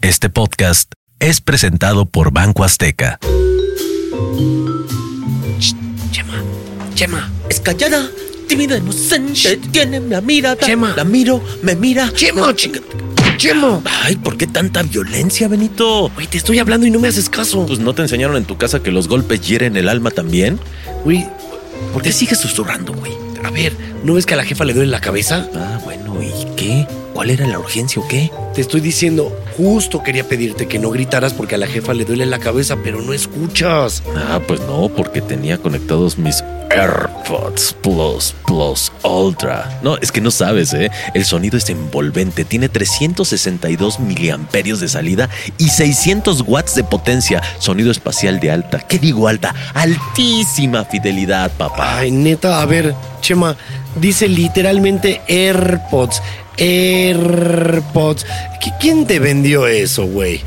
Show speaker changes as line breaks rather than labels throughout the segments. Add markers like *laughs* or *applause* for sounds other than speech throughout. Este podcast es presentado por Banco Azteca.
Chema, Chema,
Es callada, tímida, inocente, tiene la mirada.
Chema.
La miro, me mira.
Chema, chica, Chema.
Ay, ¿por qué tanta violencia, Benito?
Güey, te estoy hablando y no me haces caso.
Pues no te enseñaron en tu casa que los golpes hieren el alma también.
Güey,
¿Por qué sigues susurrando, güey?
a ver, ¿no ves que a la jefa le duele la cabeza?
Ah, bueno, ¿y qué? ¿Cuál era la urgencia o qué?
Te estoy diciendo, justo quería pedirte que no gritaras porque a la jefa le duele la cabeza, pero no escuchas.
Ah, pues no, porque tenía conectados mis AirPods Plus Plus Ultra. No, es que no sabes, ¿eh? El sonido es envolvente, tiene 362 miliamperios de salida y 600 watts de potencia. Sonido espacial de alta, ¿qué digo alta? Altísima fidelidad, papá.
Ay, neta, a ver, Chema, dice literalmente AirPods. AirPods. ¿Qui- ¿Quién te vendió eso, güey?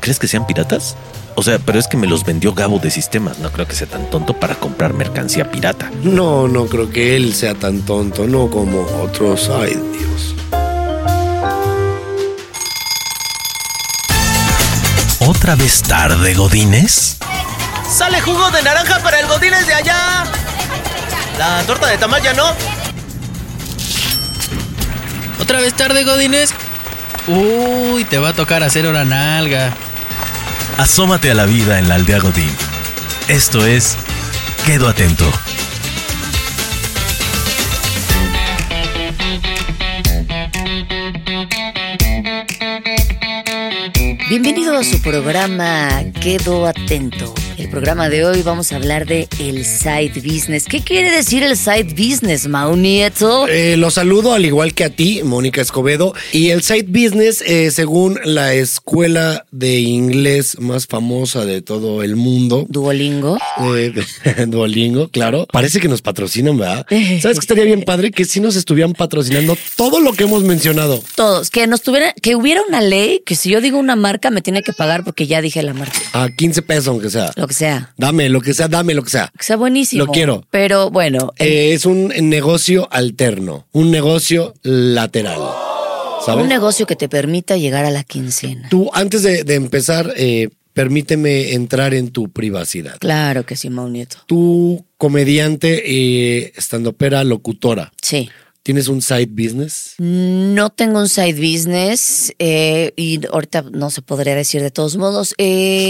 ¿Crees que sean piratas? O sea, pero es que me los vendió Gabo de Sistemas. No creo que sea tan tonto para comprar mercancía pirata.
No, no creo que él sea tan tonto, no como otros. Ay, Dios.
¿Otra vez tarde, Godines?
¡Sale jugo de naranja para el Godines de allá! La torta de tamal ya no.
¿Otra vez tarde, Godines? Uy, te va a tocar hacer hora nalga.
Asómate a la vida en la aldea Godín. Esto es Quedo atento.
Bienvenido a su programa Quedo Atento. El programa de hoy vamos a hablar de el side business. ¿Qué quiere decir el side business, Mau Nieto?
Eh, los saludo al igual que a ti, Mónica Escobedo. Y el side business, eh, según la escuela de inglés más famosa de todo el mundo,
Duolingo.
eh, de- *laughs* Duolingo, claro, parece que nos patrocinan, ¿verdad? ¿Sabes que estaría bien padre? Que si nos estuvieran patrocinando todo lo que hemos mencionado.
Todos, que nos tuviera, que hubiera una ley que si yo digo una marca me tiene que pagar porque ya dije la marca.
A 15 pesos, aunque sea.
Lo que sea.
Dame, lo que sea, dame, lo que sea.
Que sea buenísimo.
Lo quiero.
Pero bueno, el-
Eh, es un negocio alterno, un negocio lateral. ¿Sabes?
un negocio que te permita llegar a la quincena.
Tú, antes de, de empezar, eh, permíteme entrar en tu privacidad.
Claro que sí, Mau Nieto.
Tú, comediante, eh, estandopera, locutora,
Sí.
¿tienes un side business?
No tengo un side business eh, y ahorita no se podría decir de todos modos.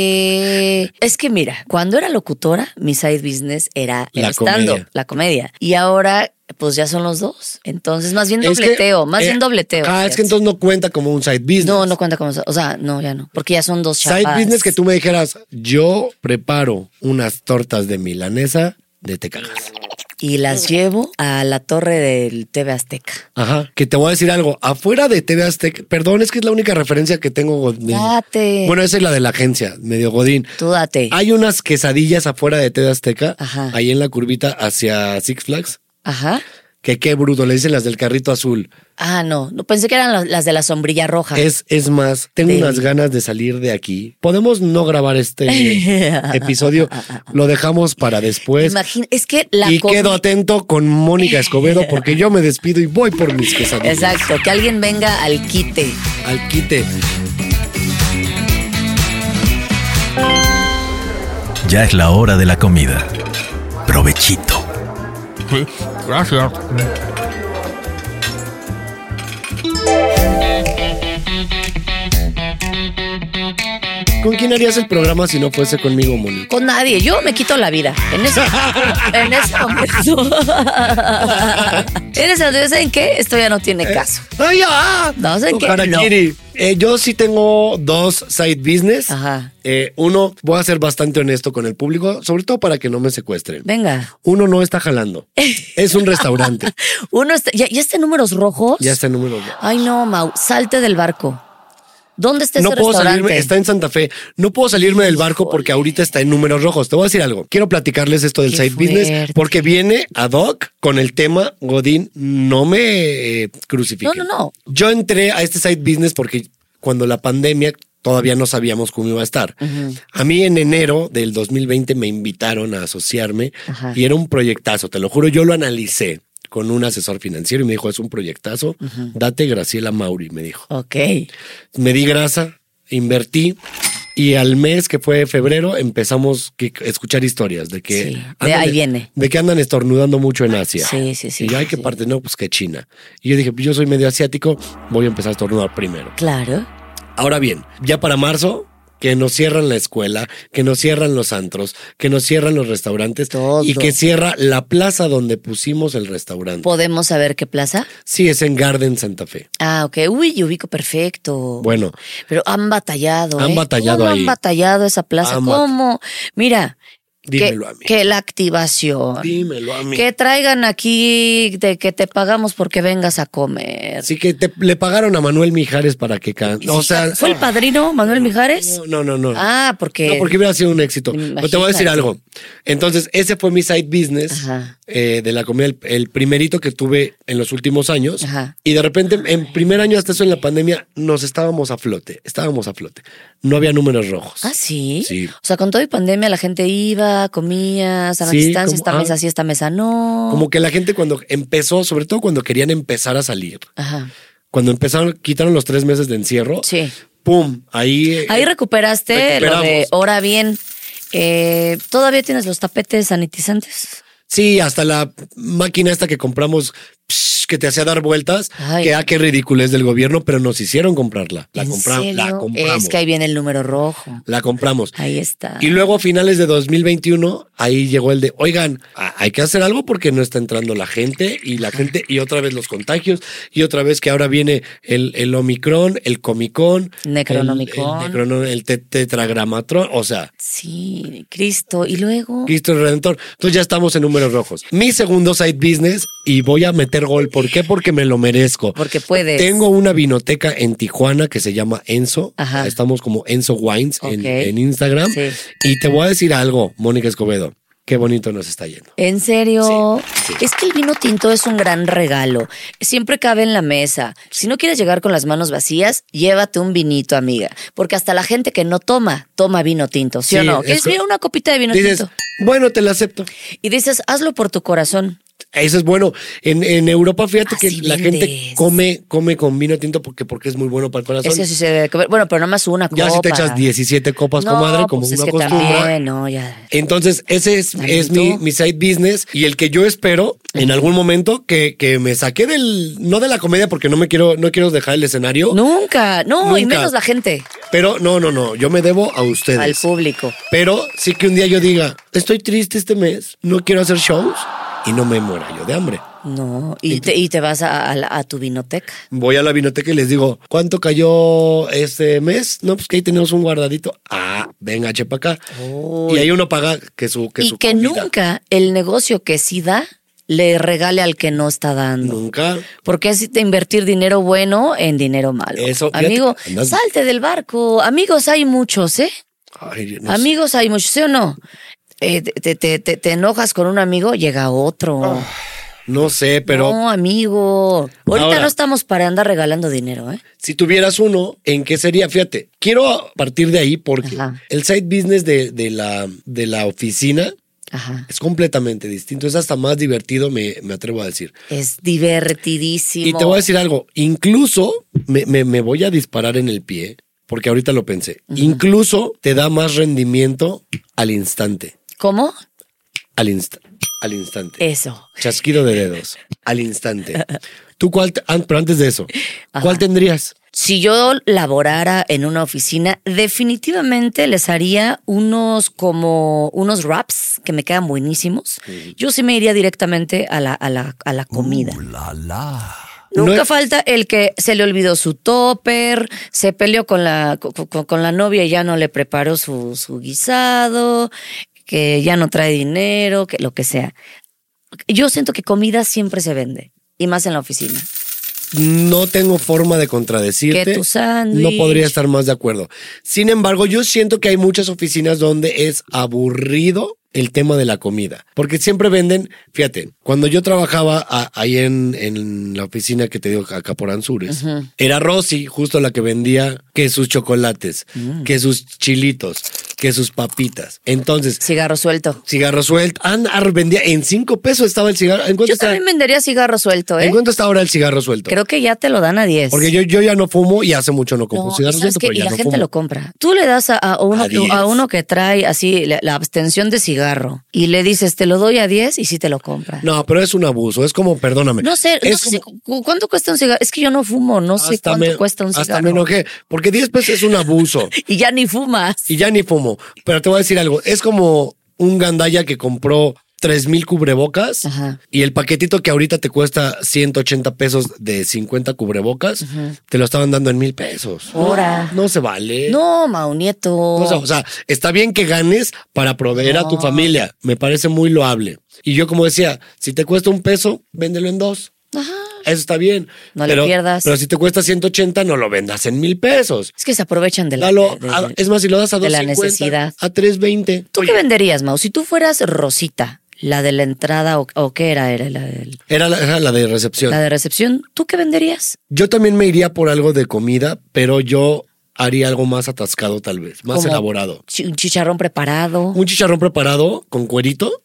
Eh, es que mira, cuando era locutora, mi side business era el
La
stand-up,
comedia.
la comedia. Y ahora, pues ya son los dos. Entonces, más bien
Es que,
dobleteo, más
eh,
bien dobleteo.
Ah, es que entonces no cuenta como un side business.
No, no cuenta como... O sea, no, ya no. Porque ya son dos
Side
chapas.
business que tú me dijeras, yo preparo unas tortas de milanesa de te cagas.
Y las llevo a la torre del TV Azteca.
Ajá, que te voy a decir algo. Afuera de TV Azteca, perdón, es que es la única referencia que tengo, Godín.
Date.
Bueno, esa es la de la agencia, medio Godín.
Tú date.
Hay unas quesadillas afuera de TV Azteca,
Ajá.
ahí en la curvita hacia Six Flags,
Ajá.
que qué bruto, le dicen las del carrito azul.
Ah, no. no. Pensé que eran las- las de la sombrilla roja.
Es, es más, tengo
Ah. Del-
unas ganas de salir de aquí. Podemos no grabar
*laughs*
este *laughs* episodio, lo dejamos para después.
Imagina, es que la
y
comi-
quedo atento con Mónica Escobedo porque yo me despido y voy por mis quesadillas.
Exacto, que alguien venga al quite.
Al quite.
Ya es la hora de la comida. Provechito.
Sí, gracias.
¿Con quién harías el programa si no fuese conmigo, Mónica?
Con nadie, yo me quito la vida.
*laughs*
En ese, en ese momento. en ese momento, ¿saben qué? Esto ya no
Eh.
tiene ¿Eh? caso.
¡Ay, ah!
No sé qué,
Harakiri. Eh, yo sí tengo dos side business.
Ajá.
Eh, uno, voy a ser bastante honesto con el público, sobre todo para que no me secuestren.
Venga.
Uno no está jalando. Es un restaurante.
Uno está, ¿ya, ya está en números rojos?
ya está en número dos.
Ay, no, Mau, salte del barco. ¿Dónde está
No
ese
puedo
este restaurante?
salirme, está en Santa Fe. No puedo salirme del barco porque ahorita está en números rojos. Te voy a decir algo. Quiero platicarles esto del
Qué
side business
fuerte.
porque viene a Doc con el tema Godín. No me eh, crucifiquen.
No, no, no.
Yo entré a este side business porque cuando la pandemia todavía no sabíamos cómo iba a estar. A mí en enero del 2020 me invitaron a asociarme
Ajá.
y era un proyectazo. Te lo juro, yo lo analicé con un asesor financiero y me dijo, es un proyectazo, date Graciela Mauri, me dijo
Ok.
me di grasa invertí. Y al mes que fue febrero empezamos que- a escuchar historias de que
Sí, de ahí viene.
de que andan estornudando mucho en Asia.
Sí, sí, sí,
Y yo, hay que
sí.
parte, no, pues que China. Y yo dije, yo soy medio asiático, voy a empezar a estornudar primero.
Claro.
Ahora bien, ya para marzo, que nos cierran la escuela, que nos cierran los antros, que nos cierran los restaurantes
Todo.
y que cierra la plaza donde pusimos el restaurante.
¿Podemos saber qué plaza?
sí, es en Garden Santa Fe.
Ah, ok. Uy, yo ubico perfecto.
Bueno.
Pero han batallado.
Han
¿eh?
batallado
¿Cómo
ahí?
han batallado esa plaza?
Han bat-
¿Cómo? Mira. que-
Dímelo a mí.
Que la activación.
Dímelo a mí.
Que traigan aquí de que te pagamos porque vengas a comer.
Así que te- le pagaron a Manuel Mijares para que cante. O sea,
¿Fue el padrino Manuel Mijares?
no, no, no.
Ah, porque.
No, porque hubiera sido un éxito. Pero te voy a decir
Imagínate.
algo. Entonces, ese fue mi side business
Ajá.
eh, de la comida, el, el primerito que tuve en los últimos años.
Ajá.
Y de repente, en primer año, hasta eso en la pandemia, nos estábamos a flote. Estábamos a flote. No había números rojos.
Ah, sí.
Sí.
O sea, con todo y pandemia la gente iba, comía, sana
Sí,
distancia,
como-
esta
ah.
mesa sí, esta mesa no.
Como que la gente cuando empezó, sobre todo cuando querían empezar a salir,
Ajá.
cuando empezaron, quitaron los tres meses de encierro.
Sí.
¡Pum! Ahí. eh,
Ahí recuperaste lo
recuperamos.
de ahora bien. eh, ¿Todavía tienes los tapetes sanitizantes?
Sí, hasta la máquina esta que compramos psh, que te hacía dar vueltas,
Ay.
que ah, qué ridículo es del gobierno, pero nos hicieron comprarla. La,
¿En
compra-
serio?
la compramos.
Es que ah. ahí viene el número rojo.
La compramos.
Ahí está.
Y luego a finales de 2021, ahí llegó el de, oigan, a- hay que hacer algo porque no está entrando la gente y la gente y otra vez los contagios y otra vez que ahora viene el, el Omicron, el Comicón,
Necronomicon.
el, el, necrono- el te- tetragramatron, o sea,
Sí, Cristo. Y luego.
Cristo es Redentor. Entonces ya estamos en números rojos. Mi segundo side business y voy a meter gol. ¿Por qué? Porque me lo merezco.
Porque puedes.
Tengo una vinoteca en Tijuana que se llama Enzo.
Ajá.
Estamos como Enzo Wines en-
Ok.
en, Instagram.
Sí.
Y te voy a decir algo, Mónica Escobedo. Qué bonito nos está yendo.
¿En serio?
Sí,
Es que el vino tinto es un gran regalo. Siempre cabe en la mesa. Si no quieres llegar con las manos vacías, llévate un vinito, amiga. Porque hasta la gente que no toma, toma vino tinto, ¿sí, o
Sí,
no?
es
¿Quieres
co-
mira, una copita de vino
Dices,
tinto?
bueno, te la acepto.
Y dices, hazlo por tu corazón.
Eso es bueno. En, en Europa, fíjate que
Así
la gente
vendes.
come, come con vino tinto porque, porque es muy bueno para el corazón.
Es que sí se debe comer. Bueno, pero nomás una copa.
ya si te echas 17 copas,
No,
comadre, como
pues es
una
que
costumbre.
también, no, ya.
Entonces, ese es, es mi, mi side business y el que yo espero en algún momento que, que me saqué del, no de la comedia porque no me quiero, no quiero dejar el escenario,
Nunca, no, y
Nunca.
menos la gente,
pero no, no, no, yo me debo a
al
ustedes.
público.
Pero sí que un día yo diga, estoy triste este mes, no quiero hacer shows y no me muera yo de hambre.
No, y te, y te vas a, a la- a tu vinoteca.
Voy a la vinoteca y les digo, ¿cuánto cayó este mes? No, pues que ahí tenemos un guardadito. Ah, venga, chepa acá. Y ahí uno paga que su, que
Oh. y
su
que
comida.
nunca el negocio que sí da le regale al que no está dando.
Nunca.
Porque es de invertir dinero bueno en dinero malo.
Eso, fíjate,
Amigo,
andas-
salte del barco. Amigos hay muchos, ¿eh?
Ay, no sé.
Amigos hay muchos, ¿sí o no? Eh, te, te- te- te enojas con un amigo, llega otro.
No sé, Ah, pero
no, amigo. Ahorita
Ahora-
no estamos para andar regalando dinero, ¿eh?
si tuvieras uno, ¿en qué sería? Fíjate, quiero partir de ahí porque
Ajá.
el side business de, de la, de la oficina
Ajá.
es completamente distinto. Es hasta más divertido, me, me atrevo a decir.
Es divertidísimo.
Y te voy a decir algo, incluso me, me- me voy a disparar en el pie, porque ahorita lo pensé. Incluso te da más rendimiento al instante.
¿Cómo?
Al, insta- al instante.
Eso.
Chasquido de dedos. Al instante. ¿Tú cuál? te- an- pero antes de eso, ¿cuál tendrías?
Si yo laborara en una oficina, definitivamente les haría unos como unos wraps que me quedan buenísimos. Yo sí me iría directamente a la, a la, a la comida. Nunca
No es-
falta el que se le olvidó su topper, se peleó con la, co- co- con, la novia y ya no le preparó su, su guisado, que ya no trae dinero, que lo que sea. Yo siento que comida siempre se vende. Y más en la oficina.
No tengo forma de contradecirte.
Que tu sándwich.
No podría estar más de acuerdo. Sin embargo, yo siento que hay muchas oficinas donde es aburrido el tema de la comida. Porque siempre venden, fíjate, cuando yo trabajaba a- ahí en, en la oficina que te digo acá por Anzures,
Mm.
era Rosy, justo la que vendía que sus chocolates, que sus chilitos, que sus papitas. Entonces,
Cigarro suelto.
cigarro suelto. Ana vendía en cinco pesos estaba el cigarro. ¿En cuánto,
Yo
está,
también vendería cigarro suelto, ¿eh?
¿en cuánto está ahora el cigarro suelto?
Creo que ya te lo dan a 10.
Porque yo, yo ya no fumo y hace mucho no compro
No,
cigarro
¿y sabes
suelto,
qué?
pero
Y
ya
la
no
gente
fumo.
lo compra. Tú le das a, a uno,
A
que-
10.
a uno que trae así la, la abstención de cigarro y le dices, te lo doy a 10 y sí te lo compra. No,
No, pero es un abuso. Es como, perdóname.
sé, no
es
sé si- cu- cuánto cuesta un cigarro. Es que yo no fumo, no sé
hasta
cuánto
me-
cuesta un
Hasta
cigarro.
me enojé. Porque 10 pesos es un abuso.
*laughs* Y ya ni fumas.
y ya ni fumo. Pero te voy a decir algo. Es como un gandaya que compró 3000 cubrebocas
Ajá.
y el paquetito que ahorita te cuesta 180 pesos de 50 cubrebocas, te lo estaban dando en mil pesos.
Ahora.
No se vale.
No, Maunieto.
O sea, o sea, está bien que ganes para proveer a tu familia. Me parece muy loable. Y yo, como decía, si te cuesta un peso, véndelo en dos. Eso está bien.
No le pierdas.
Pero si te cuesta 180, no lo vendas en mil pesos.
es que se aprovechan de la,
Dalo,
de-
a-
de-
es más, si lo das a
de la
250,
necesidad.
a 320.
¿Tú qué venderías, Mau? Si tú fueras Rosita, la de la entrada o, o qué era, era la, del-
Era la, era la de recepción.
la de recepción, ¿tú qué venderías?
Yo también me iría por algo de comida, pero yo haría algo más atascado tal vez, más
Como
elaborado.
chi- Un chicharrón preparado.
Un chicharrón preparado con cuerito.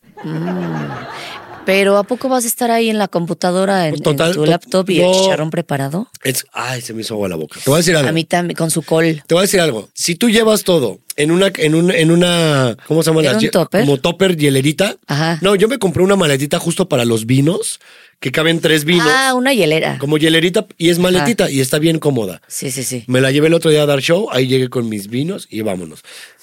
Pero ¿a poco vas a estar ahí en la computadora, en, en
Pues Total,
tu
to-
laptop y el
no.
chicharrón preparado?
Es, ay, se me hizo agua la boca. Te voy a decir algo.
A mí también, con su col.
Te voy a decir algo. Si tú llevas todo en una, en un, en una, ¿cómo se llama?
¿En
las
un
hie-
topper?
Como topper hielerita.
Ajá.
No, yo me compré una maletita justo para los vinos, que caben tres vinos,
Ah, una hielera.
como hielerita y es maletita y está bien cómoda.
Sí, sí, sí.
Me la llevé el otro día a dar show, ahí llegué con mis vinos y vámonos.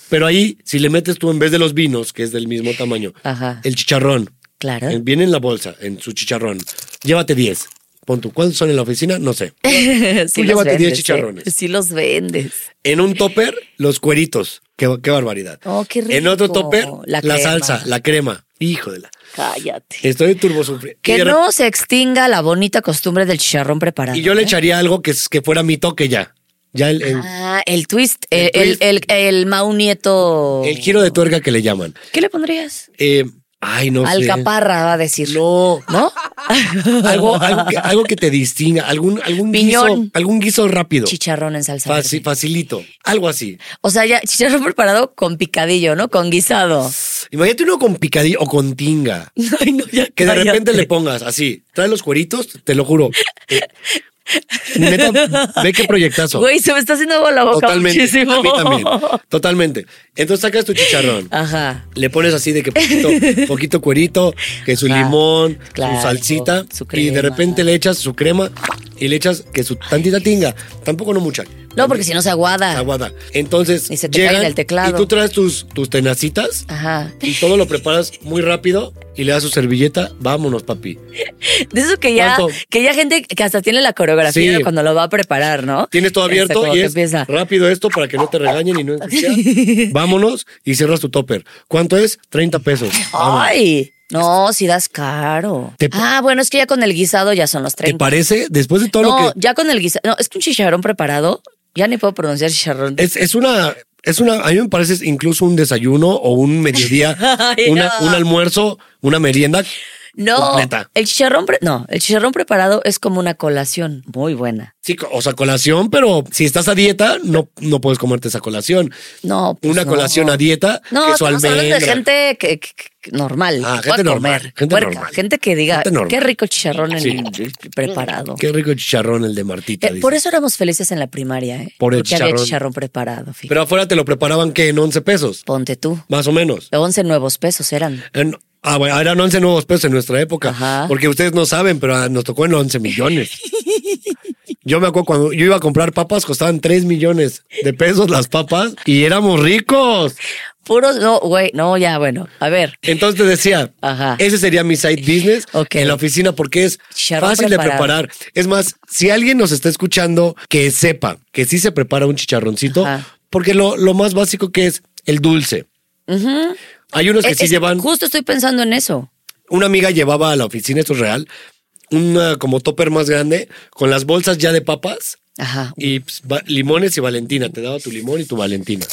Pero ahí, si le metes tú en vez de los vinos, que es del mismo tamaño,
Ajá.
el chicharrón,
Claro.
eh, viene en la bolsa, en su chicharrón, llévate 10. Pon tú, ¿cuántos son en la oficina? No sé.
Sí los
llévate diez
vendes, ¿eh?
chicharrones.
Sí los vendes.
En un topper, los cueritos. Qué, qué barbaridad.
Oh, qué
En otro
rico.
topper,
La
la,
crema.
salsa, la crema. Hijo de la.
Cállate.
Estoy turbo sufriendo. y,
Que
de
no se extinga la bonita costumbre del chicharrón
re-
preparado.
y yo le
¿eh?
echaría algo que, es- que fuera mi toque ya. Ya el, el-
Ah, el twist, el,
El
el,
twist.
el, el Mau Nieto.
el giro de tuerca que le llaman.
¿Qué le pondrías?
Eh, ay, no sé.
Alcaparra, va a decir.
No.
¿No?
*laughs* algo, algo, que, algo que te distinga, algún, algún
Piñón.
guiso, algún guiso rápido.
Chicharrón en salsa.
Faci-
verde.
facilito, algo así.
O sea, ya chicharrón preparado con picadillo, ¿no? Con guisado.
Imagínate uno con picadillo o con tinga.
*laughs* Ay, no, ya
Que de
cállate.
repente le pongas así, trae los cueritos, te lo
*laughs*
juro. Eh, neta, ve qué proyectazo.
Güey, se me está haciendo agua *laughs* la boca
Totalmente.
muchísimo.
A mí también. Totalmente. Entonces sacas tu chicharrón.
Ah. Ajá.
Le pones así de que
*laughs*
poquito, poquito cuerito, que su
Claro,
limón,
claro,
su salsita,
su
y
crema.
de repente le echas su crema y le echas que su tantita tinga, tampoco no mucha.
No, porque si no se aguada.
Aguada. Entonces,
Y se te cae del teclado.
y tú traes tus, tus tenacitas
Ajá.
y todo lo preparas muy rápido y le das su servilleta. Vámonos, papi.
De eso que ya,
¿Cuánto?
que ya gente que hasta tiene la coreografía
Sí.
de cuando lo va a preparar, ¿no?
Tienes todo
Este,
abierto
como
y
que
es
empieza.
rápido esto para que no te regañen y no
*laughs*
ensuciar. Vámonos y cierras tu topper. ¿Cuánto es? 30 pesos. Vámonos.
Ay. No, si das caro.
Te-
Ah, bueno, es que ya con el guisado ya son los
¿Te
30.
parece? Después de todo
no,
lo que.
ya con el guisado. No, es que un chicharrón preparado, ya ni puedo pronunciar chicharrón.
Es, es una. Es una, a mí me parece incluso un desayuno o un mediodía,
*laughs* Ay,
una-
no.
un almuerzo, una merienda.
no,
completa.
el chicharrón, pre- no, el chicharrón preparado es como una colación muy buena.
Sí, co- o sea, colación, pero si estás a dieta, no, no puedes comerte esa colación.
No, pues
Una
no.
colación a dieta,
No,
queso
estamos hablando
almendra.
de gente que, que- que- normal.
Ah,
que pueda
gente normal, gente
puerca,
normal.
gente que diga,
Gente normal.
qué rico chicharrón en-
Sí.
preparado.
Qué rico chicharrón el de Martita.
Eh,
dice.
por eso éramos felices en la primaria, ¿eh?
Por el
Porque había
chicharrón.
chicharrón preparado. fíjate.
Pero afuera te lo preparaban que en 11 pesos,
Ponte tú.
más o menos.
11 nuevos pesos eran.
En- ah, bueno, eran 11 nuevos pesos en nuestra época.
Ajá.
Porque ustedes no saben, pero ah, nos tocó en 11 millones. Yo me acuerdo cuando yo iba a comprar papas, costaban 3 millones de pesos las papas y éramos ricos.
Puros, no, güey, no, ya, bueno. A ver,
Entonces te decía,
Ajá.
ese sería mi side business
Ok.
en la oficina porque es
Chicharrón
fácil
preparado.
de preparar. Es más, si alguien nos está escuchando que sepa que sí se prepara un chicharroncito,
Ajá.
porque lo, lo más básico que es el dulce. Hay unos que
es-
sí
E, es-
llevan,
justo estoy pensando en eso.
una amiga llevaba a la oficina, esto es real, una como topper más grande con las bolsas ya de papas
Ajá.
y pues, va- limones y Valentina. Te daba tu limón y tu Valentina.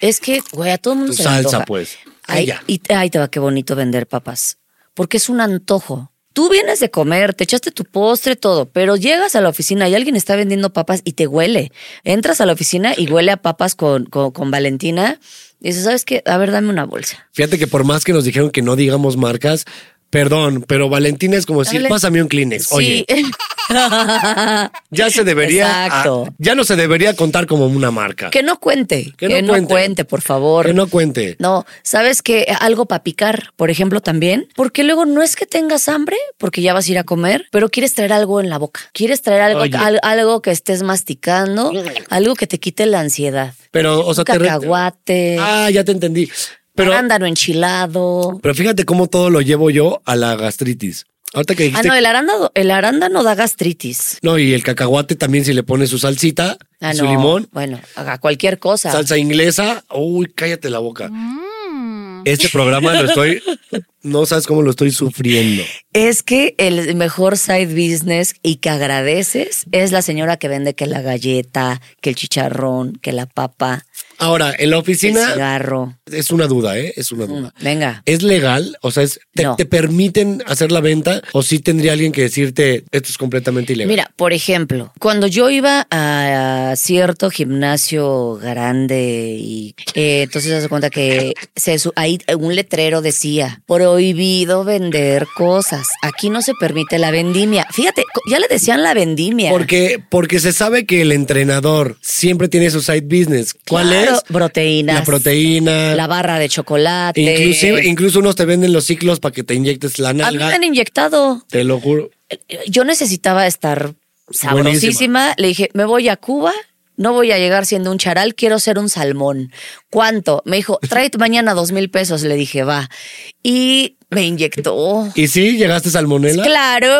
Es que, güey, a todo el mundo
Tu
se le
salsa,
antoja.
pues.
Ay,
Ay, ya.
y ay, te va, qué bonito vender papas. Porque es un antojo. Tú vienes de comer, te echaste tu postre, todo, pero llegas a la oficina y alguien está vendiendo papas y te huele. Entras a la oficina y huele a papas con, con- con Valentina Dice, ¿sabes qué? A ver, dame una bolsa.
Fíjate que por más que nos dijeron que no digamos marcas, perdón, pero Valentina es como decir,
Dale.
Pues pásame un Kleenex. Oye,
Sí.
ya se debería.
Exacto.
ah, ya no se debería contar como una marca.
*laughs* que no cuente.
Que
Que,
no
no,
cuente.
cuente. por favor.
Que no cuente.
No, sabes que algo para picar, por ejemplo, también, porque luego no es que tengas hambre, porque ya vas a ir a comer, pero quieres traer algo en la boca, quieres traer algo,
Oye.
al- algo que estés masticando, algo que te quite la ansiedad.
Pero, o
Un
sea, te re-
cacahuate,
Ah, ya te entendí. Pero,
arándano enchilado. Ah,
pero fíjate cómo todo lo llevo yo a la gastritis. Ahorita que
Ah,
dijiste.
no, el arándano, el arándano da gastritis.
no, y el cacahuate también si le pones su salsita,
Ah,
su
no.
limón,
Bueno, a cualquier cosa.
salsa inglesa. Uy, cállate la boca. Este programa lo estoy. No sabes cómo lo estoy sufriendo.
Es que el mejor side business y que agradeces es la señora que vende que la galleta, que el chicharrón, que la papa,
Ahora, en la
que el
oficina
cigarro.
es una duda, ¿eh? Es una duda.
Venga.
¿Es legal? O sea, es- te,
Mm. No.
te permiten hacer la venta? ¿O sí tendría alguien que decirte, esto es completamente ilegal?
Mira, por ejemplo, cuando yo iba a cierto gimnasio grande y eh, entonces se cuenta que se su- ahí un letrero decía prohibido vender cosas. Aquí no se permite la vendimia. Fíjate, co- ya le decían la vendimia.
Porque, porque se sabe que el entrenador siempre tiene su side business. ¿Cuál
Claro,
es?
Proteínas.
La proteína.
La barra de chocolate.
Inclusive, incluso unos te venden los ciclos para que te inyectes la
Eh, A mí me
nalga.
han inyectado.
Te lo juro.
Yo necesitaba estar sabrosísima. Le dije, me voy a Cuba. No voy a llegar siendo un charal, quiero ser un salmón. ¿Cuánto? Me dijo, tráete mañana dos mil pesos. Le dije, va. Y me inyectó.
¿Y sí? ¿Llegaste salmonela? *laughs*
Claro.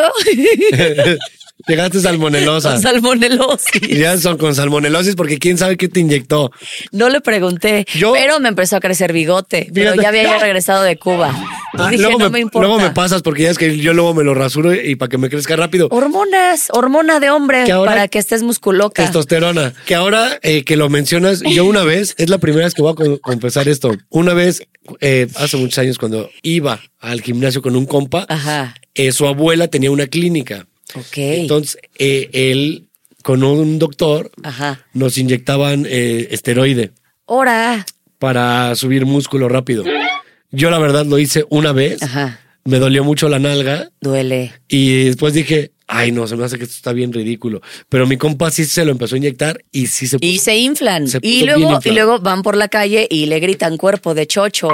Llegaste salmonelosa.
Salmonelosis.
ya son con salmonelosis porque quién sabe qué te inyectó.
No le pregunté,
Yo-
pero me empezó a crecer bigote. Pero
Fíjate.
ya había yo regresado de Cuba. Y
Ah,
dije,
luego,
no
me,
me, importa.
luego me pasas porque ya es que yo luego me lo rasuro y para que me crezca rápido.
Hormonas, hormona de hombre
Que ahora-
para que estés musculoca.
Testosterona. Que ahora eh, que lo mencionas, yo una vez, es la primera vez que voy a con- confesar esto. Una vez, eh, hace muchos años, cuando iba al gimnasio con un compa,
Ajá.
eh, su abuela tenía una clínica.
Ok.
Entonces, eh, él, con un doctor,
Ajá.
nos inyectaban eh, esteroide
Ahora.
para subir músculo rápido. Yo, la verdad, lo hice una vez.
Ajá.
Me dolió mucho la nalga.
Duele.
Y después dije, ay, no, se me hace que esto está bien ridículo. Pero mi compa sí se lo empezó a inyectar y sí se puso.
Y se inflan.
Se
y
puso bien
luego,
inflado.
y luego van por la calle y le gritan cuerpo de chocho.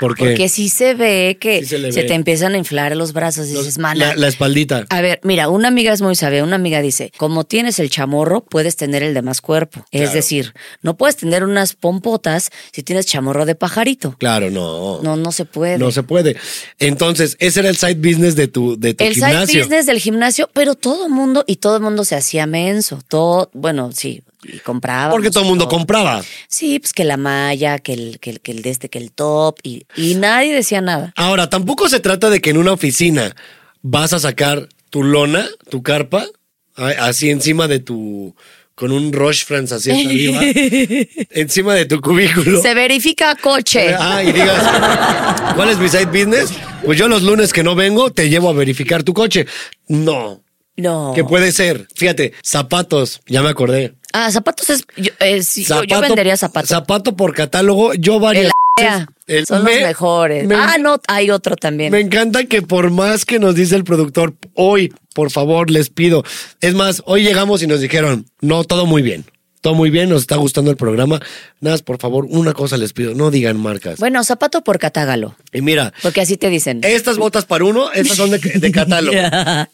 ¿Por qué?
Porque sí se ve que
Sí se
se,
le ve.
te empiezan a inflar los brazos y
Los-
dices, mana.
La, la espaldita.
A ver, mira, una amiga es muy sabia. Una amiga dice, como tienes el chamorro, puedes tener el de más cuerpo. Es decir, no puedes tener unas pompotas si tienes chamorro de pajarito.
Claro, no.
No, no se puede.
No se puede. Entonces, ese era el side business de tu, de tu
el
gimnasio.
side business del gimnasio, pero todo el mundo y todo el mundo se hacía menso. Todo, bueno, sí, y compraba. pues
Porque todo el mundo compraba.
Sí, pues que la malla, que el, que el, que el de este, que el top, y, y nadie decía nada.
Ahora, tampoco se trata de que en una oficina vas a sacar tu lona, tu carpa, a- así encima de tu. con un Roche France así hasta
*laughs*
arriba, encima de tu cubículo.
Se verifica coche.
Ah, y digas, ¿cuál es mi side business? Pues yo los lunes que no vengo te llevo a verificar tu coche. No,
No.
que puede ser. Fíjate, zapatos, ya me acordé.
Ah, zapatos es. Yo, eh, sí, yo- yo
Zapato-
vendería zapatos.
Zapato por catálogo, yo varias.
El
veces- el-
Son
me-
los mejores.
me-
ah, no, hay otro también.
Me encanta que por más que nos dice el productor, hoy, por favor, les pido. Es más, hoy llegamos y nos dijeron, no, todo muy bien. Todo muy bien, nos está gustando el programa. Nada, más, por favor, una cosa les pido, no digan marcas.
Bueno, zapato por catágalo,
y mira,
porque así te dicen.
estas botas para uno, estas son de, de
*laughs*
catálogo.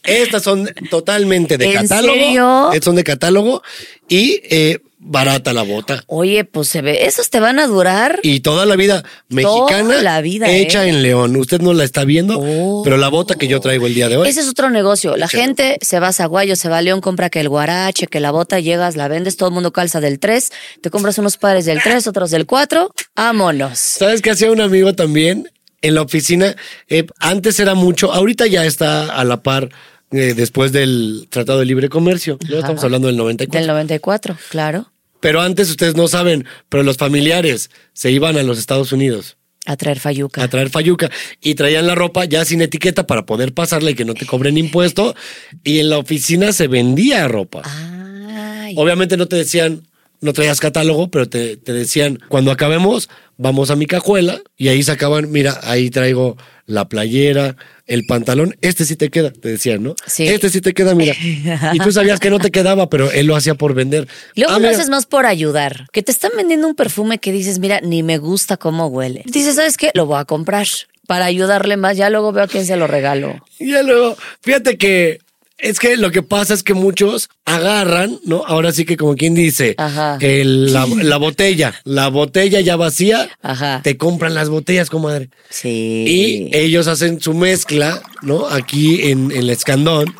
Estas son totalmente de
¿En
catálogo.
serio?
Estas son de catálogo y eh, barata la bota.
Oye, pues se ve, esos te van a durar.
Y toda la vida mexicana
la vida,
hecha
¿eh?
en León. Usted no la está viendo,
Oh.
pero la bota que yo traigo el día de hoy.
Ese es otro negocio. La gente se va a Zaguayo, se va a León, compra que el guarache, que la bota, llegas, la vendes, todo el mundo calza del 3, te compras unos pares del 3, otros del 4, vámonos.
¿Sabes qué hacía un amigo también en la oficina? Eh, antes era mucho, ahorita ya está a la par eh, después del Tratado de Libre Comercio. Ya estamos hablando del 94.
Del 94, claro.
Pero antes ustedes no saben, pero los familiares se iban a los Estados Unidos
A traer fayuca.
a traer fayuca y traían la ropa ya sin etiqueta para poder pasarla y que no te cobren impuesto. Y en la oficina se vendía ropa.
Ay.
Oh, Obviamente no te decían, no traías catálogo, pero te, te decían, cuando acabemos, vamos a mi cajuela y ahí sacaban, mira, ahí traigo la playera, el pantalón, este sí te queda, te decían, ¿no?
Sí.
Este sí te queda,
*laughs*
mira. Y tú sabías que no te quedaba, pero él lo hacía por vender.
Luego
Ah,
lo
mira,
haces más por ayudar. Que te están vendiendo un perfume que dices, mira, ni me gusta cómo huele. Dices, ¿sabes qué? Lo voy a comprar. Para ayudarle más, ya luego veo a quién se lo regalo.
Y ya luego, fíjate que es que lo que pasa es que muchos agarran, ¿no? Ahora sí que como quien dice,
Ajá.
el- la, la botella, la botella ya vacía,
Ajá.
te compran las botellas, comadre.
Sí.
Y ellos hacen su mezcla, ¿no? Aquí en, en el escandón.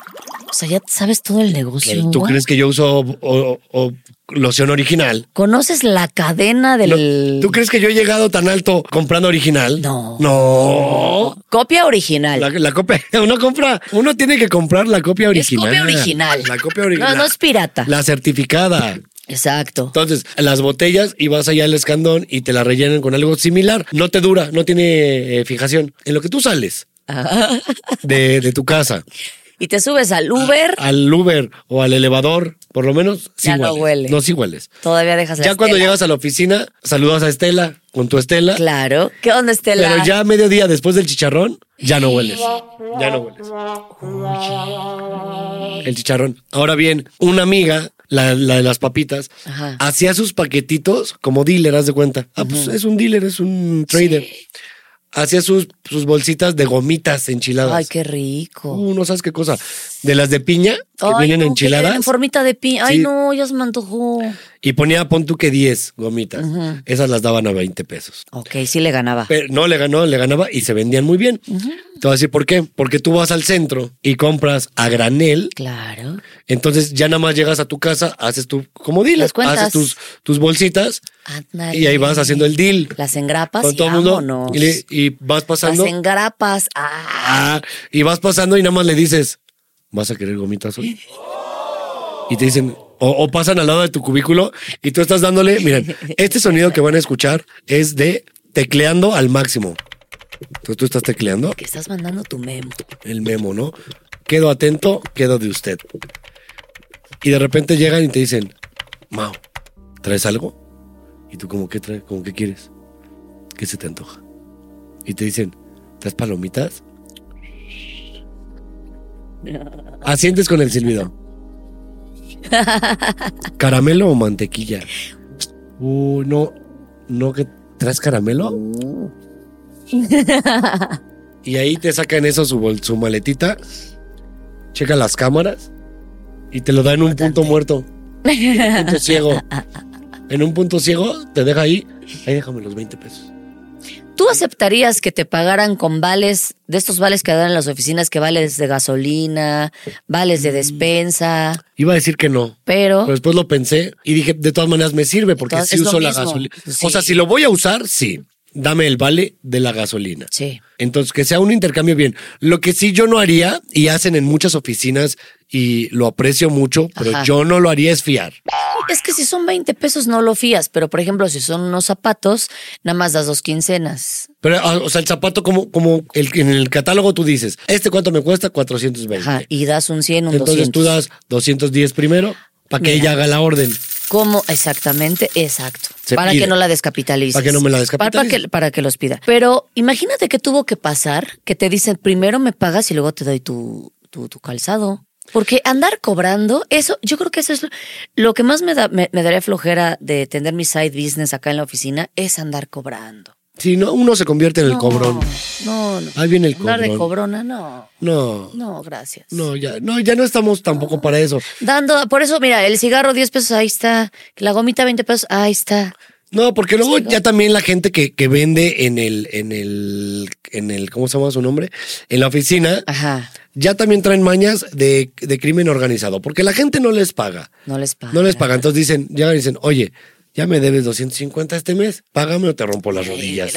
o sea, ya sabes todo el negocio.
El- ¿Tú
güey.
crees que yo uso o- o- o loción original?
¿Conoces la cadena del.
Lo- ¿Tú crees que yo he llegado tan alto comprando original?
No.
No.
Copia original.
La, la copia, *laughs* uno compra, uno tiene que comprar la copia
Es
original.
copia original.
La copia original.
No, no es pirata.
La certificada.
Exacto.
Entonces, las botellas y vas allá al escandón y te la rellenan con algo similar. No te dura, no tiene eh, fijación. En lo que tú sales
Ajá.
de, de tu casa,
Ah. *laughs* y te subes al Uber,
*laughs* al Uber o al elevador, por lo menos, sí
Ya no
hueles.
huele.
No, sí hueles.
todavía dejas la
ah. Ya cuando
Estela.
llegas a la oficina, saludas a Estela con tu Estela.
Claro. ¿Qué onda, Estela?
Pero ya a mediodía después del chicharrón, ya no hueles. Ya no hueles. El chicharrón. Ahora bien, una amiga, la, la de las papitas,
Ajá.
hacía sus paquetitos como dealer, haz de cuenta. Ah, pues es un dealer, es un trader. Hacía sus, sus bolsitas de gomitas enchiladas.
Ay, qué rico.
Uh, no sabes qué cosa. De las de piña, que
Ay,
vienen
no,
enchiladas.
En formita de piña. Ay,
Sí.
no, ya se me antojó.
Y ponía, pon tú que 10 gomitas. Esas las daban a 20 pesos.
Ok, sí le ganaba.
Pero no le ganó, le ganaba y se vendían muy bien. Te voy a decir por qué. Porque tú vas al centro y compras a granel,
claro.
entonces ya nada más llegas a tu casa, haces tu, como diles,
Las cuentas.
haces tus, tus bolsitas
Ándale.
y ahí vas haciendo el deal.
Las engrapas
con
y
todo el mundo.
vámonos.
Y, le- y vas
Las
pasando.
engrapas. Ah,
Ah, y vas pasando y nada más le dices, ¿vas a querer gomitas hoy? Y te dicen, o, o pasan al lado de tu cubículo y tú estás dándole, miren, este sonido que van a escuchar es de tecleando al máximo. Entonces tú estás tecleando
que estás mandando tu memo.
el memo, ¿no? Quedo atento, quedo de usted. Y de repente llegan y te dicen, Mau, ¿traes algo? Y tú como, ¿qué traes? ¿Cómo qué quieres? ¿Qué se te antoja? Y te dicen, ¿traes palomitas? Asientes con el silbido. ¿Caramelo o mantequilla? Uy, no, no, que traes caramelo? Y ahí te sacan eso, su, bol- su maletita, checa las cámaras y te lo da en un punto muerto. En un
*laughs*
punto ciego. En un punto ciego te deja ahí. Ahí déjame los 20 pesos.
¿Tú aceptarías que te pagaran con vales, de estos vales que dan en las oficinas, que vales de gasolina, vales
Mm.
de despensa,
Iba a decir que no.
pero...
Pero después lo pensé y dije, de todas maneras me sirve porque
Entonces,
si
es lo
uso la
mismo.
gasolina. O
Sí.
sea, si lo voy a usar, sí. Dame el vale de la gasolina.
sí.
Entonces, que sea un intercambio bien. Lo que sí yo no haría, y hacen en muchas oficinas, y lo aprecio mucho, pero
Ajá.
yo no lo haría es fiar.
Es que si son 20 pesos no lo fías, pero por ejemplo, si son unos zapatos, nada más das dos quincenas.
Pero, ah, o sea, el zapato, como, como el, en el catálogo tú dices, ¿este cuánto me cuesta? 420.
Ajá, y das un 100, un
Entonces
200.
tú das 210 primero para que
Mira.
ella haga la orden.
¿Cómo? Exactamente, exacto.
Se
para
pide.
que no la descapitalices.
Para que no me la descapitalices.
Para, para que, para que los pida. Pero imagínate que tuvo que pasar, que te dicen, primero me pagas y luego te doy tu, tu, tu calzado. Porque andar cobrando, eso, yo creo que eso es lo, lo que más me, da, me, me daría flojera de tener mi side business acá en la oficina, es andar cobrando.
Si no, uno se convierte en el
No,
cobrón.
No, no.
Ahí viene el
Andar de
cobrón.
cobrona, no.
No,
No, gracias.
no, ya no, ya no estamos tampoco para eso.
Dando, por eso, mira, el cigarro 10 pesos, ahí está. La gomita 20 pesos, ahí está.
No, porque luego ya también la gente que, que vende en el, en el, en el, ¿cómo se llama su nombre? En la oficina,
Ajá.
ya también traen mañas de, de crimen organizado, porque la gente no les paga.
No les paga.
No les pagan. Entonces dicen, ya dicen, oye, ya me debes 250 este mes, págame o te rompo las rodillas.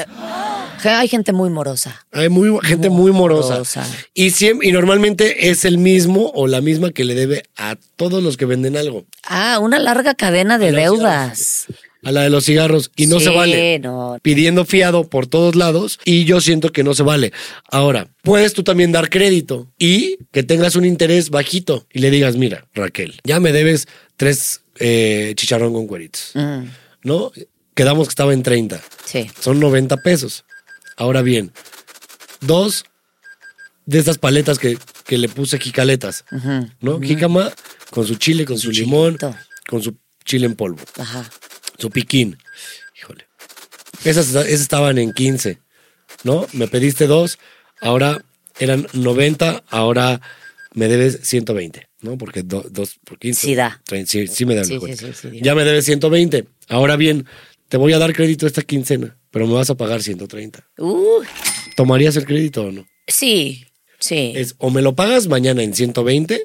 Hay gente muy morosa.
Hay muy, gente muy,
Muy
morosa.
morosa.
Y, siem- y normalmente es el mismo o la misma que le debe a todos los que venden algo.
Ah, una larga cadena de deudas.
A la de los cigarros. Y no
Sí,
se vale.
no.
Pidiendo fiado por todos lados. Y yo siento que no se vale. Ahora, puedes tú también dar crédito y que tengas un interés bajito. Y le digas, mira, Raquel, ya me debes tres eh, chicharrón con cueritos.
Mm,
¿no? Quedamos que estaba en 30.
Sí.
Son 90 pesos. Ahora bien, dos de estas paletas que, que le puse jicaletas,
Ujú.
¿no? Jicama con su chile, con su, limón,
chilito.
con su chile en polvo,
Ajá.
su piquín. Híjole. Esas, esas estaban en 15, ¿no? Me pediste dos, ahora eran 90, ahora me debes 120, ¿no? Porque do- dos por 15.
Sí da.
Tre- Sí, sí me dan
Sí,
la
sí,
cuenta.
sí, sí, sí.
ya me debes 120. Ahora bien, te voy a dar crédito esta quincena, pero me vas a pagar 130.
Uh,
¿Tomarías el crédito o no?
sí, sí.
Es o me lo pagas mañana en 120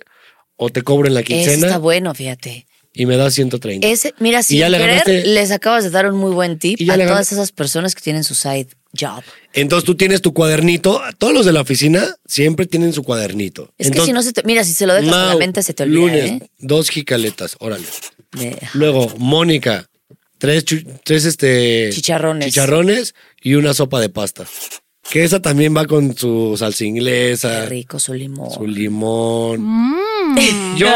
o te cobro en la
Ese está
quincena
bueno, fíjate.
y me das 130.
Ese, mira, sin
ya le
querer,
ganaste-
les acabas de dar un muy buen tip
Y ya
a
le gan-
todas esas personas que tienen su side job.
Entonces tú tienes tu cuadernito. Todos los de la oficina siempre tienen su cuadernito.
Es que
Entonces,
si no se te, mira, si se lo dejas a la
Mau,
mente se te olvida,
Lunes,
¿eh?
dos jicaletas, órale.
De-
Luego, Mónica, tres, chu- tres este,
Chicharrones.
chicharrones y una sopa de pasta. Que esa también va con su salsa
qué
inglesa,
rico su limón.
su limón. *laughs* Yo,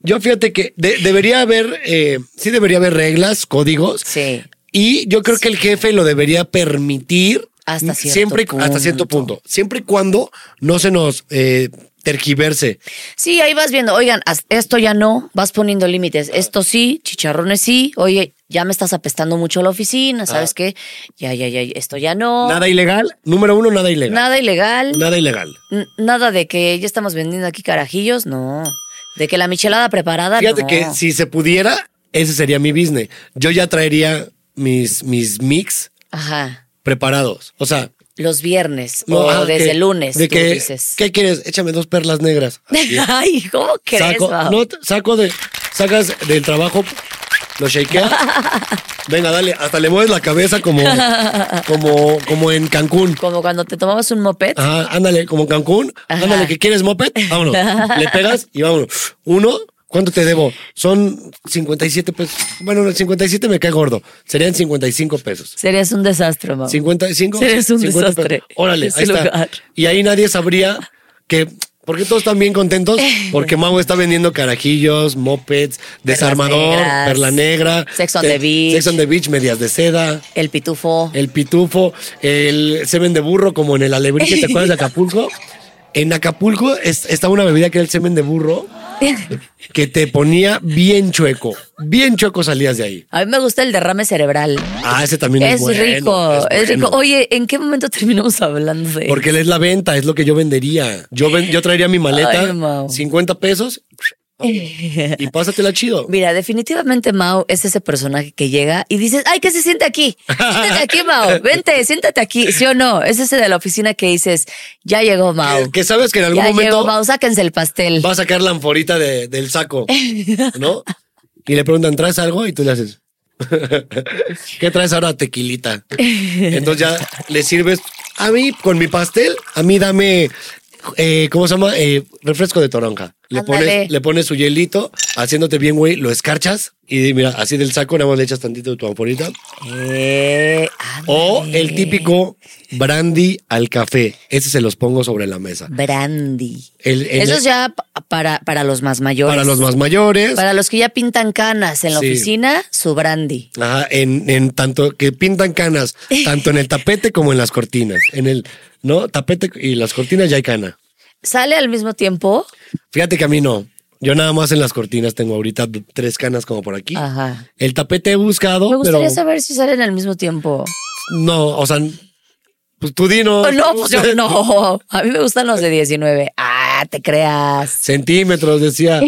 yo fíjate que de- debería haber, eh, sí debería haber reglas, códigos.
Sí.
Y yo creo que el jefe lo debería permitir
Hasta cierto
siempre,
punto.
hasta cierto punto. Siempre y cuando no se nos eh, tergiverse.
Sí, ahí vas viendo, oigan, haz- esto ya no, vas poniendo límites.
Ah.
Esto sí, chicharrones sí. Oye, ya me estás apestando mucho la oficina, ¿sabes qué? Ya, ya, ya, esto ya no.
Ah. Nada ilegal. Número uno, nada ilegal.
Nada ilegal.
Nada ilegal.
N- Nada de que ya estamos vendiendo aquí carajillos, no. De que la michelada preparada,
Fíjate
no.
que si se pudiera, ese sería mi business. Yo ya traería mis, mis mix
Ajá.
preparados. O sea,
Los viernes
no,
o
ah,
desde
que-
el lunes,
de
tú
que,
dices.
¿Qué quieres? Échame dos perlas negras.
*laughs* Ay, ¿cómo crees,
saco,
Mau?
no, t- saco de, sacas del trabajo, lo
*laughs*
shakeas. Venga, dale, hasta le mueves la cabeza como, como, como en Cancún.
Como cuando te tomabas un moped.
Ajá, ándale, como en Cancún.
Ajá.
Ándale, que quieres moped, vámonos. Le pegas y vámonos. Uno, ¿cuánto te debo? Son 57 pesos. Bueno, no, 57 me cae gordo. Serían 55 pesos.
Serías un desastre, Mau.
55.
Eres un
50 pesos.
desastre.
Órale,
Ese
ahí
lugar.
está. Y ahí nadie sabría que. ¿Por qué todos están bien
*laughs*
contentos? Porque Mau está vendiendo carajillos, mopeds, desarmador,
negras.
perla negra.
Sex on
te-
the beach.
Sex on the beach, medias de seda.
El pitufo.
El pitufo, el semen de burro, como en el alebrije, ¿te acuerdas de
*laughs*
Acapulco? En Acapulco es- estaba una bebida que era el semen de
*laughs*
burro que te ponía bien chueco. Bien chueco salías de ahí.
A mí me gusta el derrame cerebral.
Ah, ese también es,
Es
bueno,
rico, es rico.
bueno.
Oye, ¿en qué momento terminamos hablando de
Porque es la venta, es lo que yo vendería. Yo, ven- yo traería mi maleta,
Ay, Mau.
50
*laughs*
pesos y pásatela chido.
Mira, definitivamente Mao es ese personaje que llega y dices, ay, ¿qué se siente aquí? Siéntate aquí,
*laughs*
Mao. Vente, siéntate aquí. ¿Sí o no? Es ese de la oficina que dices, ya llegó Mao.
Que, que sabes que en algún
ya llegó
momento
Mao, sáquense el pastel.
va a sacar la anforita de- del
*laughs*
saco, ¿no? Y le preguntan, ¿traes algo? Y tú le haces, *laughs* ¿qué traes ahora? Tequilita. Entonces ya le sirves a mí con mi pastel, a mí dame, eh, ¿cómo se llama? Eh, refresco de toronja. Le
Ándale.
pones, le pones su hielito, haciéndote bien, güey, lo escarchas y mira, así del saco nada más le echas tantito de tu anforita.
Eh, ándale.
O el típico brandy al café. Ese se los pongo sobre la mesa.
Brandy.
El- el-
Eso es ya pa- para, para los más mayores.
Para los más mayores.
Para los que ya pintan canas en la
Sí.
oficina, su brandy.
Ajá, en, en tanto que pintan canas, tanto en el tapete como en las cortinas. En el, ¿no? Tapete y las cortinas ya hay cana.
Sale al mismo tiempo.
Fíjate que a mí no. Yo nada más en las cortinas tengo ahorita d- tres canas como por aquí.
Ajá.
El tapete he buscado,
Me gustaría
pero
saber si salen al mismo tiempo.
no, o sea, pues tú dinos.
Oh, no, pues yo no. A mí me gustan los de 19. Ah, te creas.
Centímetros,
*laughs*
decía.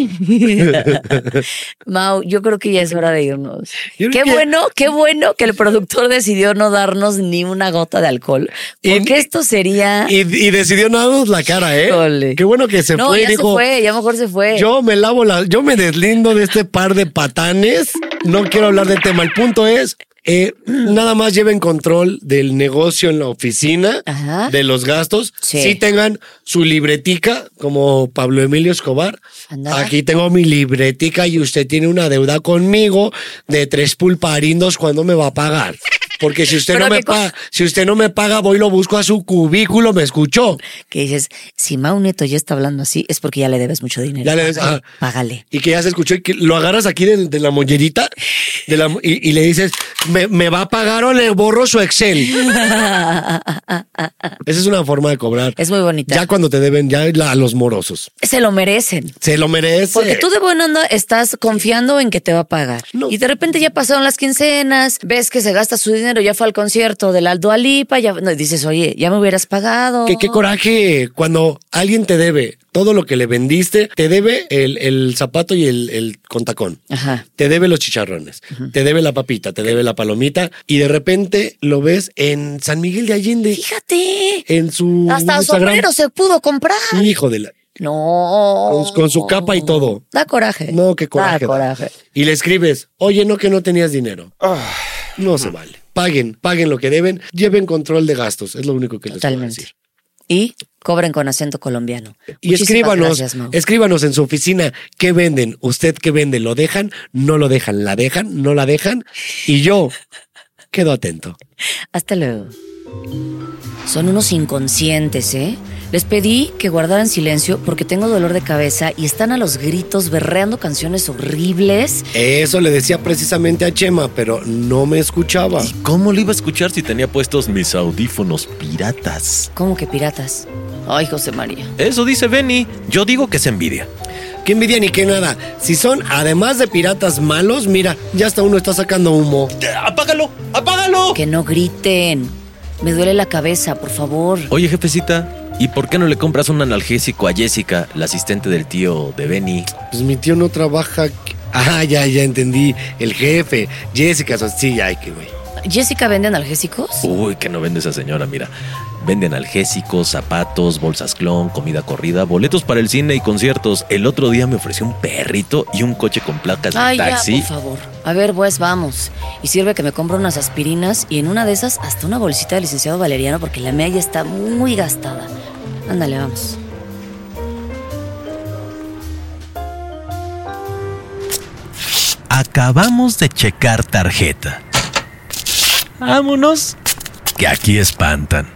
Mau, yo creo que ya es hora de irnos.
Yo creo
Qué
que-
bueno, qué bueno que el productor decidió no darnos ni una gota de alcohol.
Y-
Porque esto sería.
Y, y decidió no darnos la cara, ¿eh?
Híjole.
Qué bueno que se
no,
fue y
ya
dijo.
se fue, ya mejor se fue.
Yo me lavo la, yo me deslindo de este par de patanes. No quiero hablar del tema. El punto es, eh, nada más lleven control del negocio en la oficina,
Ajá.
de los gastos.
Sí.
Sí. tengan su libretica, como Pablo Emilio Escobar.
Anda.
Aquí tengo mi libretica y usted tiene una deuda conmigo de tres pulparindos cuando me va a pagar. Porque si usted,
Pero
no me
qué co-
paga, si usted no me paga, voy y lo busco a su cubículo, me escuchó.
Que dices, si Mau Nieto ya está hablando así, es porque ya le debes mucho dinero.
Ya le debes- ajá.
Págale.
Y que ya se escuchó y que lo agarras aquí de, de la mollerita de la, y, y le dices, ¿Me, me va a pagar o le borro su
*laughs*
Excel? Esa es una forma de cobrar.
Es muy bonita.
Ya cuando te deben, ya la- a los morosos.
*laughs* Se lo merecen.
Se lo merece.
Porque tú de buena onda estás confiando en que te va a pagar.
No.
Y de repente ya pasaron las quincenas, ves que se gasta su dinero, ya fue al concierto del Aldo Alipa, ya no, y dices, oye, ya me hubieras pagado.
Que qué coraje cuando alguien te debe todo lo que le vendiste, te debe el, el zapato y el, el contacón.
Ajá.
Te debe los chicharrones, te debe la papita, te debe la palomita y de repente lo ves en San Miguel de Allende,
Fíjate,
en su
hasta
Instagram.
sombrero se pudo comprar.
Hijo de la...
No.
Con, con su capa y todo.
Da coraje.
No, qué coraje.
Eh, Da coraje.
Y le escribes, oye, no que no tenías dinero. No se vale. Paguen, paguen lo que deben, lleven control de gastos, es lo único que les puedo
Totalmente.
decir.
Y cobren con acento colombiano.
Y
Muchísimas
escríbanos,
gracias, Mau.
escríbanos en su oficina qué venden, usted qué vende, lo dejan, no lo dejan, la dejan, no la dejan, y yo quedo atento.
Hasta luego. Son unos inconscientes, ¿eh? Les pedí que guardaran silencio porque tengo dolor de cabeza y están a los gritos berreando canciones horribles.
Eso le decía precisamente a Chema, pero no me escuchaba.
¿Y cómo lo iba a escuchar si tenía puestos mis audífonos piratas?
¿Cómo que piratas? Ay, José María.
Eso dice Benny. Yo digo que es envidia.
Qué envidia ni qué nada. Si son además de piratas malos, mira, ya hasta uno está sacando humo.
Eh, ¡Apágalo! ¡Apágalo!
Que no griten. Me duele la cabeza, por favor.
Oye, jefecita, ¿y por qué no le compras un analgésico a Jessica, la asistente del tío de Benny?
Pues mi tío no trabaja. aquí. Ah, ya, ya entendí. El jefe, Jessica, so- sí, ya, ay, qué güey.
¿Jessica vende analgésicos?
Uy, que no vende esa señora, mira. Vende analgésicos, zapatos, bolsas clon, comida corrida, boletos para el cine y conciertos. El otro día me ofreció un perrito y un coche con placas de
Ay, ya,
taxi.
por favor. A ver, pues vamos. Y sirve que me compro unas aspirinas y en una de esas hasta una bolsita del licenciado Valeriano porque la mía ya está muy gastada. Ándale, vamos.
Acabamos de checar tarjeta.
Ah.
Vámonos. Que aquí espantan.